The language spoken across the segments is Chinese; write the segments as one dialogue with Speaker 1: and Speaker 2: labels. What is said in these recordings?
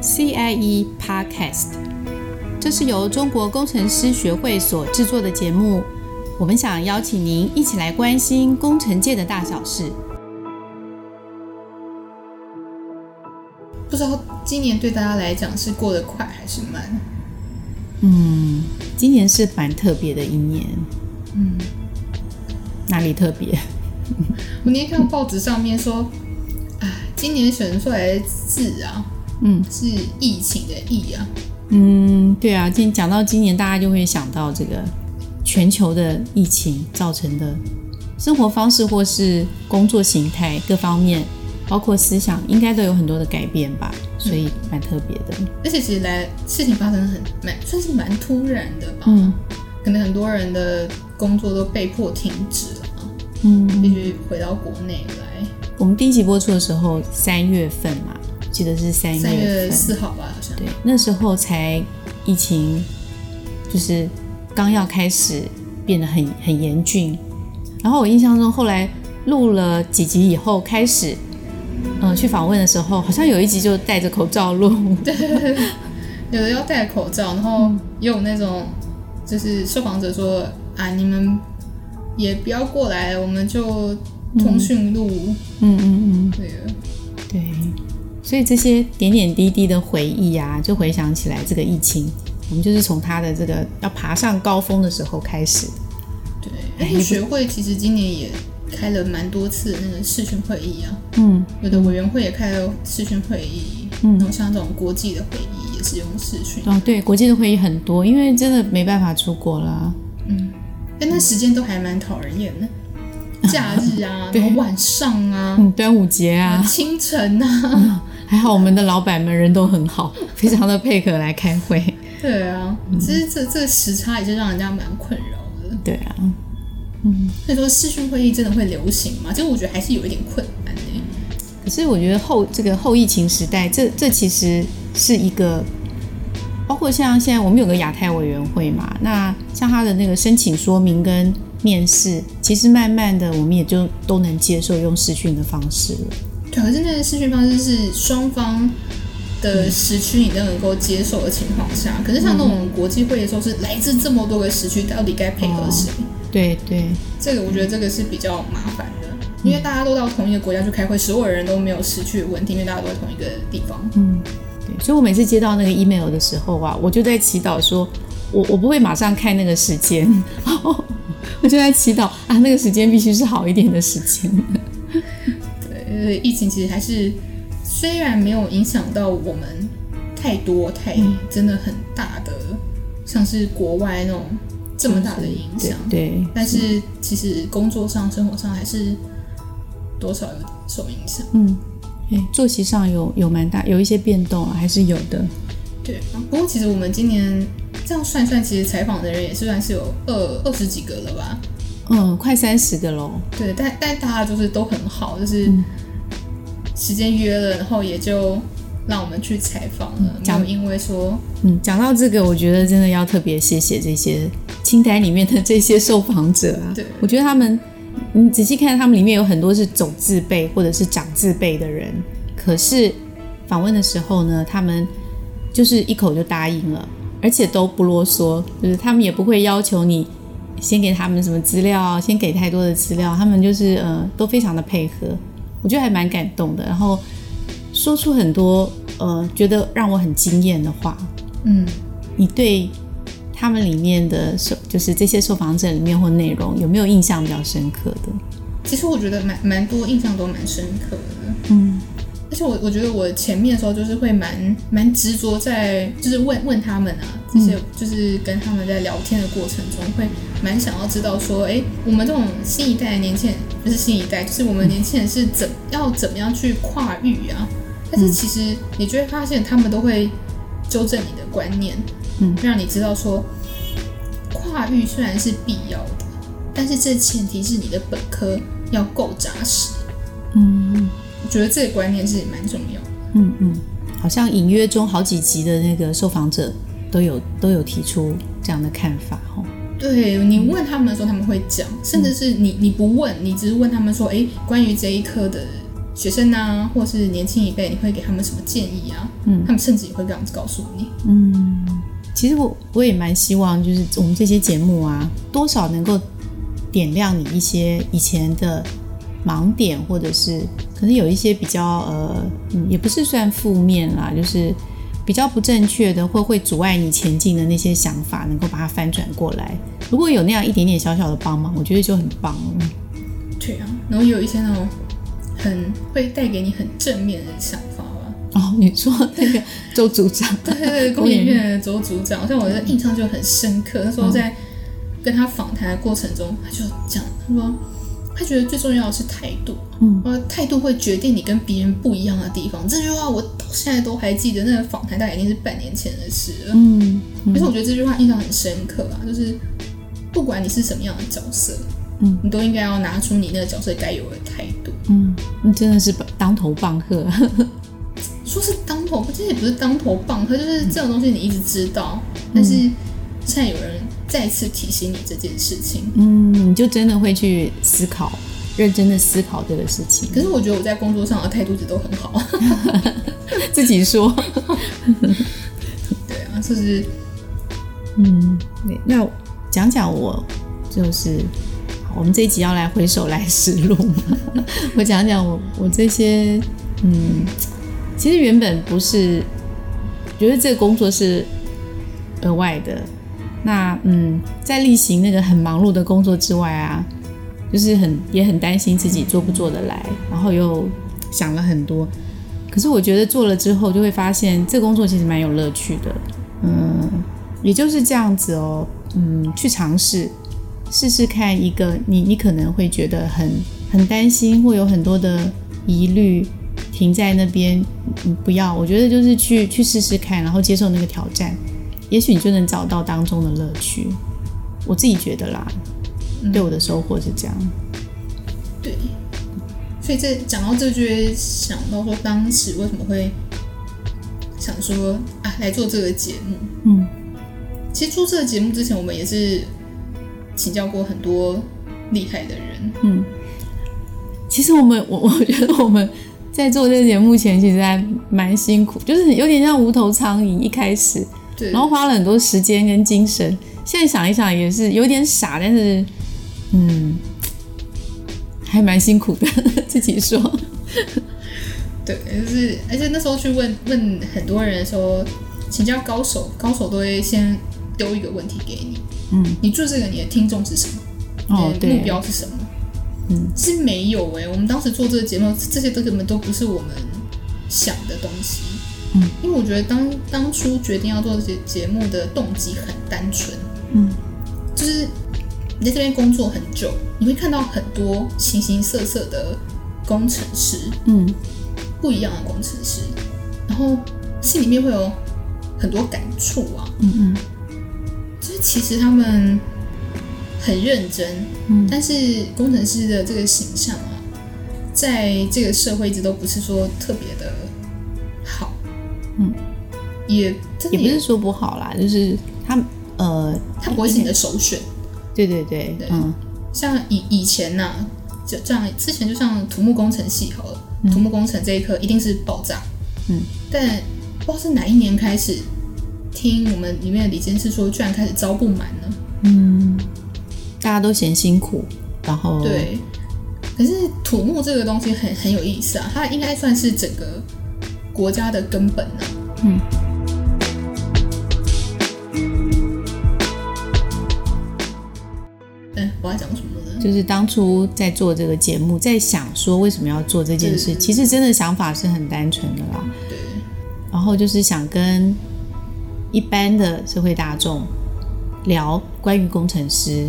Speaker 1: VIE E Podcast，这是由中国工程师学会所制作的节目。我们想邀请您一起来关心工程界的大小事。
Speaker 2: 不知道今年对大家来讲是过得快还是慢？
Speaker 1: 嗯，今年是蛮特别的一年。
Speaker 2: 嗯，
Speaker 1: 哪里特别？
Speaker 2: 我那天看到报纸上面说，哎，今年选出来的字啊，
Speaker 1: 嗯
Speaker 2: 是疫情的疫啊，
Speaker 1: 嗯，对啊，今讲到今年，大家就会想到这个全球的疫情造成的生活方式或是工作形态各方面，包括思想，应该都有很多的改变吧，所以蛮特别的。
Speaker 2: 而且其实来事情发生得很蛮算是蛮突然的吧，
Speaker 1: 嗯
Speaker 2: 可能很多人的工作都被迫停止了啊，
Speaker 1: 嗯，
Speaker 2: 必须回到国内来。
Speaker 1: 我们第一集播出的时候，三月份嘛，记得是三
Speaker 2: 三
Speaker 1: 月
Speaker 2: 月
Speaker 1: 份，
Speaker 2: 四号吧，好像
Speaker 1: 对，那时候才疫情就是刚要开始变得很很严峻，然后我印象中后来录了几集以后开始，呃，去访问的时候，好像有一集就戴着口罩录，
Speaker 2: 有的要戴口罩，然
Speaker 1: 嗯
Speaker 2: 后也有那种就是受访者说啊，你们也不要过来，我们就通讯录。
Speaker 1: 嗯嗯嗯，
Speaker 2: 对了，
Speaker 1: 对，所以这些点点滴滴的回忆啊，就回想起来这个疫情，我们就是从它的这个要爬上高峰的时候开始，
Speaker 2: 对，
Speaker 1: 哎
Speaker 2: 而且学会其实今年也开了蛮多次那个视讯会议啊，
Speaker 1: 嗯
Speaker 2: 有的委员会也开了视讯会议，然后像这种国际的会议也是用视讯，
Speaker 1: 哦对，国际的会议很多，因为真的没办法出国啊啦。
Speaker 2: 但哎那时间都还蛮讨人 厌的，假日啊，
Speaker 1: 对
Speaker 2: 然后晚上啊，
Speaker 1: 嗯，端午节啊，嗯
Speaker 2: 清晨啊，
Speaker 1: 还好我们的老板们人都很好，非常的配合来开会。
Speaker 2: 对啊，
Speaker 1: 嗯
Speaker 2: 其实这这个时差也是让人家蛮困扰的。
Speaker 1: 对啊，
Speaker 2: 所以说视讯会议真的会流行吗？这个我觉得还是有一点困难的、
Speaker 1: 可是我觉得后这个后疫情时代，这这其实是一个，包括像现在我们有个亚太委员会嘛，那像他的那个申请说明跟面试，其实慢慢的我们也就都能接受用视讯的方式了。
Speaker 2: 对，可是那个视讯方式是双方的时区你都能够接受的情况下，可是像那种国际会议的时候是来自这么多个时区，到底该配合谁？
Speaker 1: 嗯对对，
Speaker 2: 这个我觉得这个是比较麻烦的，因为大家都到同一个国家去开会，所有人都没有时区的问题，因为大家都在同一个地方。
Speaker 1: 嗯对，所以我每次接到那个 email 的时候啊，我就在祈祷说，我我不会马上看那个时间， 我就在祈祷啊，那个时间必须是好一点的时间。
Speaker 2: 对，就是疫情其实还是虽然没有影响到我们太多太
Speaker 1: 嗯
Speaker 2: 真的很大的，像是国外那种这么大的影响，
Speaker 1: 对，
Speaker 2: 但是其实工作上、生活上还是多少有点受影响。
Speaker 1: 嗯，哎，作息上有有蛮大，有一些变动啊，还是有的。
Speaker 2: 对，不过其实我们今年这样算一算，其实采访的人也是算是有二二十几个了吧？
Speaker 1: 嗯，快三十个喽。
Speaker 2: 对，但但大家就是都很好，就是时间约了，然后也就让我们去采访了，没
Speaker 1: 讲
Speaker 2: 有因为说
Speaker 1: 嗯，讲到这个，我觉得真的要特别谢谢这些清单里面的这些受访者啊。
Speaker 2: 对
Speaker 1: 我觉得他们，你仔细看，他们里面有很多是总字辈或者是长字辈的人，可是访问的时候呢，他们就是一口就答应了，而且都不啰嗦，就是他们也不会要求你先给他们什么资料，先给太多的资料，他们就是呃都非常的配合，我觉得还蛮感动的。然后说出很多呃觉得让我很惊艳的话，
Speaker 2: 嗯。
Speaker 1: 你对他们里面的受，就是这些受访者里面或内容有没有印象比较深刻的？
Speaker 2: 其实我觉得蛮蛮多印象都蛮深刻的，
Speaker 1: 嗯
Speaker 2: 而且我我觉得我前面的时候就是会蛮蛮执着在就是问问他们啊，这些
Speaker 1: 嗯
Speaker 2: 就是跟他们在聊天的过程中会蛮想要知道说，哎，我们这种新一代的年轻人不是新一代，就是我们年轻人是怎要怎么样去跨域啊？但
Speaker 1: 嗯
Speaker 2: 是其实你就会发现他们都会纠正你的观念，
Speaker 1: 嗯，
Speaker 2: 让你知道说跨域虽然是必要的，但是这前提是你的本科要够扎实。
Speaker 1: 嗯
Speaker 2: 我觉得这个观念是蛮重要的。
Speaker 1: 嗯嗯，好像隐约中好几集的那个受访者都有都有提出这样的看法哦。
Speaker 2: 对你问他们的时候，他们会讲，甚至是你你不问，你只是问他们说，哎，关于这一科的学生呐、或是年轻一辈，你会给他们什么建议啊？嗯，他们甚至也会这样子告诉你。
Speaker 1: 其实我我也蛮希望，就是我们这些节目啊，多少能够点亮你一些以前的盲点，或者是可能有一些比较呃，嗯也不是算负面啦，就是比较不正确的，或会阻碍你前进的那些想法，能够把它翻转过来。如果有那样一点点小小的帮忙，我觉得就很棒了。
Speaker 2: 对啊，然后也有一些那种很会带给你很正面的想法啊吧。
Speaker 1: 哦，你说那个周组长，
Speaker 2: 对对对，公演院的周组长，像我的印象就很深刻。那时候
Speaker 1: 嗯
Speaker 2: 在跟他访谈的过程中，他就讲，他说他觉得最重要的是态度，
Speaker 1: 嗯，
Speaker 2: 呃，态度会决定你跟别人不一样的地方。这句话我到现在都还记得，那个访谈大概已经是半年前的事了。
Speaker 1: 嗯
Speaker 2: 而且我觉得这句话印象很深刻啊，就是不管你是什么样的角色，
Speaker 1: 嗯，
Speaker 2: 你都应该要拿出你那个角色该有的态度。
Speaker 1: 嗯，你真的是当头棒喝，
Speaker 2: 说是当头，其实也不是当头棒喝，就是这种东西你一直知道，
Speaker 1: 嗯
Speaker 2: 但是现在有人再次提醒你这件事情。
Speaker 1: 嗯，你就真的会去思考，认真的思考这个事情。
Speaker 2: 可是我觉得我在工作上的态度一直都很 好，
Speaker 1: 自己说。
Speaker 2: 对啊，就是
Speaker 1: 嗯，那讲讲我就是好我们这一集要来回首来时路嘛， 我讲讲我我这些嗯，其实原本不是觉得这个工作是额外的。那嗯，在例行那个很忙碌的工作之外啊，就是很也很担心自己做不做得来，然后又想了很多。可是我觉得做了之后，就会发现这工作其实蛮有乐趣的。嗯，也就是这样子哦，嗯，去尝试试试看一个你你可能会觉得很很担心，或有很多的疑虑停在那边，嗯，不要，我觉得就是去去试试看，然后接受那个挑战，也许你就能找到当中的乐趣。我自己觉得啦，对我的收获是这样。
Speaker 2: 对。所以这讲到这就会想到说，当时为什么会想说啊来做这个节目？
Speaker 1: 嗯
Speaker 2: 其实做这个节目之前，我们也是请教过很多厉害的人，
Speaker 1: 嗯，其实我们我我觉得我们在做这个节目前，其实还蛮辛苦，就是有点像无头苍蝇一开始。
Speaker 2: 对，
Speaker 1: 然后花了很多时间跟精神。现在想一想也是有点傻，但是嗯，还蛮辛苦的， 自己说。
Speaker 2: 对，就是而且那时候去问问很多人说，请教高手，高手都会先丢一个问题给你，
Speaker 1: 嗯，
Speaker 2: 你做这个你的听众是什么？
Speaker 1: 哦
Speaker 2: 你，的
Speaker 1: 对，
Speaker 2: 目标是什么？
Speaker 1: 嗯，
Speaker 2: 是没有哎、我们当时做这个节目，这些都根本都不是我们想的东西。
Speaker 1: 嗯，
Speaker 2: 因为我觉得当当初决定要做这些节目的动机很单纯，
Speaker 1: 嗯，
Speaker 2: 就是你在这边工作很久，你会看到很多形形色色的工程师，
Speaker 1: 嗯
Speaker 2: 不一样的工程师，然后心里面会有很多感触啊。
Speaker 1: 嗯嗯
Speaker 2: 就是其实他们很认真，
Speaker 1: 嗯
Speaker 2: 但是工程师的这个形象啊，在这个社会一直都不是说特别的好，
Speaker 1: 嗯，
Speaker 2: 也真
Speaker 1: 也
Speaker 2: 的
Speaker 1: 不
Speaker 2: 也
Speaker 1: 是说不好啦，就是他们呃，
Speaker 2: 他不会是你的首选。
Speaker 1: 对对对，
Speaker 2: 对
Speaker 1: 嗯
Speaker 2: 像以以前呐、就这样之前就像土木工程系好了，土木工程这一科一定是爆炸，
Speaker 1: 嗯，
Speaker 2: 但不知道是哪一年开始，听我们里面的李监事说，居然开始招不满了，
Speaker 1: 嗯，大家都嫌辛苦，然后，
Speaker 2: 对。可是土木这个东西很很有意思啊，它应该算是整个国家的根本啊呢、
Speaker 1: 嗯。
Speaker 2: 嗯，我要讲什么呢？
Speaker 1: 就是当初在做这个节目，在想说为什么要做这件事，
Speaker 2: 嗯
Speaker 1: 其实真的想法是很单纯的啦。
Speaker 2: 对，
Speaker 1: 然后就是想跟一般的社会大众聊关于工程师，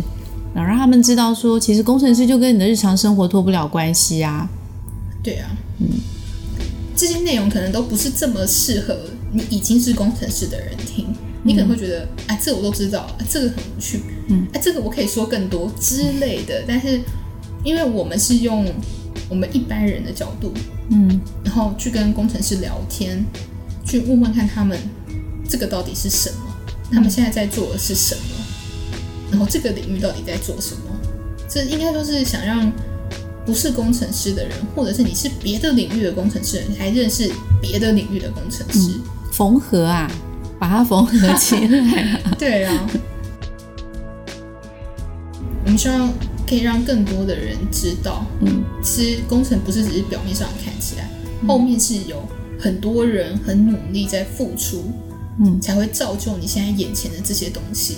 Speaker 1: 然后让他们知道说，其实工程师就跟你的日常生活脱不了关系啊。
Speaker 2: 对啊，嗯，这些内容可能都不是这么适合你已经是工程师的人听，你可能会觉得，哎、这个我都知道，哎、这个很无趣，
Speaker 1: 嗯，
Speaker 2: 哎、这个我可以说更多之类的。但是，因为我们是用我们一般人的角度，
Speaker 1: 嗯
Speaker 2: 然后去跟工程师聊天，去问问看他们这个到底是什么，
Speaker 1: 嗯
Speaker 2: 他们现在在做的是什么，然后这个领域到底在做什么，这应该都是想让不是工程师的人，或者是你是别的领域的工程师的人，你才认识别的领域的工程师。
Speaker 1: 缝合啊，把它缝合起来啊、
Speaker 2: 对啊，我们希望可以让更多的人知道，
Speaker 1: 嗯，
Speaker 2: 其实工程不是只是表面上看起来，后面是有很多人很努力在付出，
Speaker 1: 嗯，
Speaker 2: 才会造就你现在眼前的这些东西。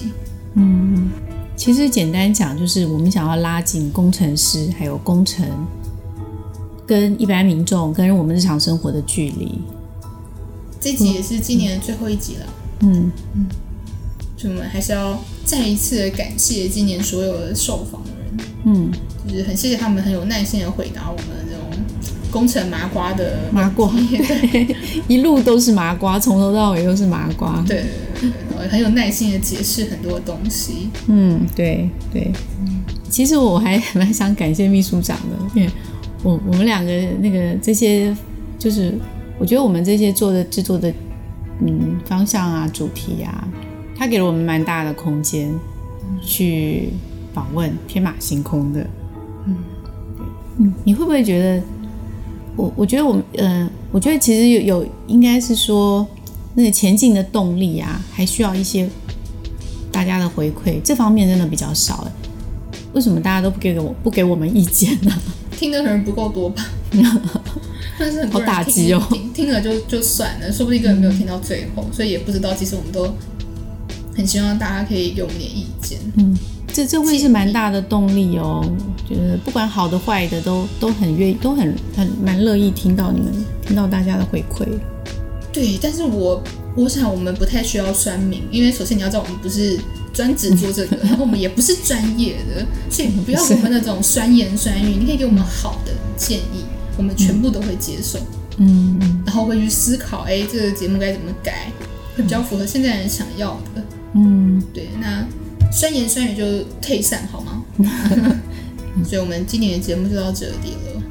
Speaker 1: 嗯，其实简单讲，就是我们想要拉近工程师还有工程跟一般民众跟我们日常生活的距离。
Speaker 2: 这集也是今年的最后一集了，
Speaker 1: 嗯，
Speaker 2: 所以我们还是要再一次的感谢今年所有的受访的人，
Speaker 1: 嗯，
Speaker 2: 就是很谢谢他们很有耐心的回答我们这种工程麻瓜的
Speaker 1: 麻瓜
Speaker 2: 问题对
Speaker 1: 一路都是麻瓜，从头到尾都是麻瓜。
Speaker 2: 对对对，然后很有耐心的解释很多东西。
Speaker 1: 嗯，对对。其实我还蛮想感谢秘书长的，因为我我们两个那个这些，就是我觉得我们这些做的制作的，嗯，方向啊、主题啊，他给了我们蛮大的空间去访问，天马行空的。
Speaker 2: 嗯
Speaker 1: 嗯，你会不会觉得？我我觉得我们，嗯、我觉得其实有有应该是说，那个前进的动力啊，还需要一些大家的回馈，这方面真的比较少哎。为什么大家都不给我不给我们意见呢、
Speaker 2: 听的人不够多吧？但是很多人
Speaker 1: 好打击哦
Speaker 2: 听听听了就就算了，说不定根本没有听到最后，所以也不知道。其实我们都很希望大家可以给我们点意见。
Speaker 1: 这这会是蛮大的动力哦。我觉得不管好的坏的都，都很愿意，都很很蛮乐意听到你们听到大家的回馈。
Speaker 2: 对，但是我我想我们不太需要酸民，因为首先你要知道我们不是专职做这个，然后我们也不是专业的，所以不要给我们那种酸言酸语。你可以给我们好的建议，我们全部都会接受，
Speaker 1: 嗯嗯
Speaker 2: 然后会去思考，哎，这个节目该怎么改，会比较符合现在人想要的。
Speaker 1: 嗯，
Speaker 2: 对，那酸言酸语就退散好吗？ 所以我们今年的节目就到这里了，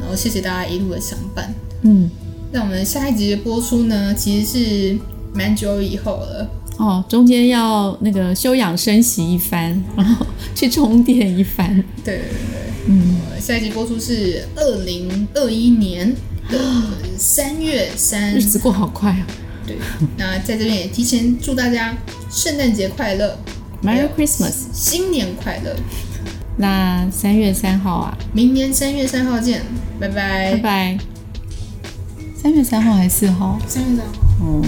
Speaker 2: 然后谢谢大家一路的相伴。
Speaker 1: 嗯
Speaker 2: 那我们下一集的播出呢，其实是蛮久以后了，
Speaker 1: 哦，中间要那个休养生息一番， 然后去充电一番。
Speaker 2: 对对对
Speaker 1: 嗯，
Speaker 2: 对，下一集播出是二零二一年的三月三
Speaker 1: 日，子过好快啊
Speaker 2: 对，那在这边也提前祝大家圣诞节快乐，
Speaker 1: ！Merry Christmas！
Speaker 2: 新年快乐，
Speaker 1: 那三月三号啊，
Speaker 2: 明年三月三号见，拜
Speaker 1: 拜
Speaker 2: 拜，
Speaker 1: 哎拜。三月三号还是四号？
Speaker 2: 三月三号。
Speaker 1: 嗯，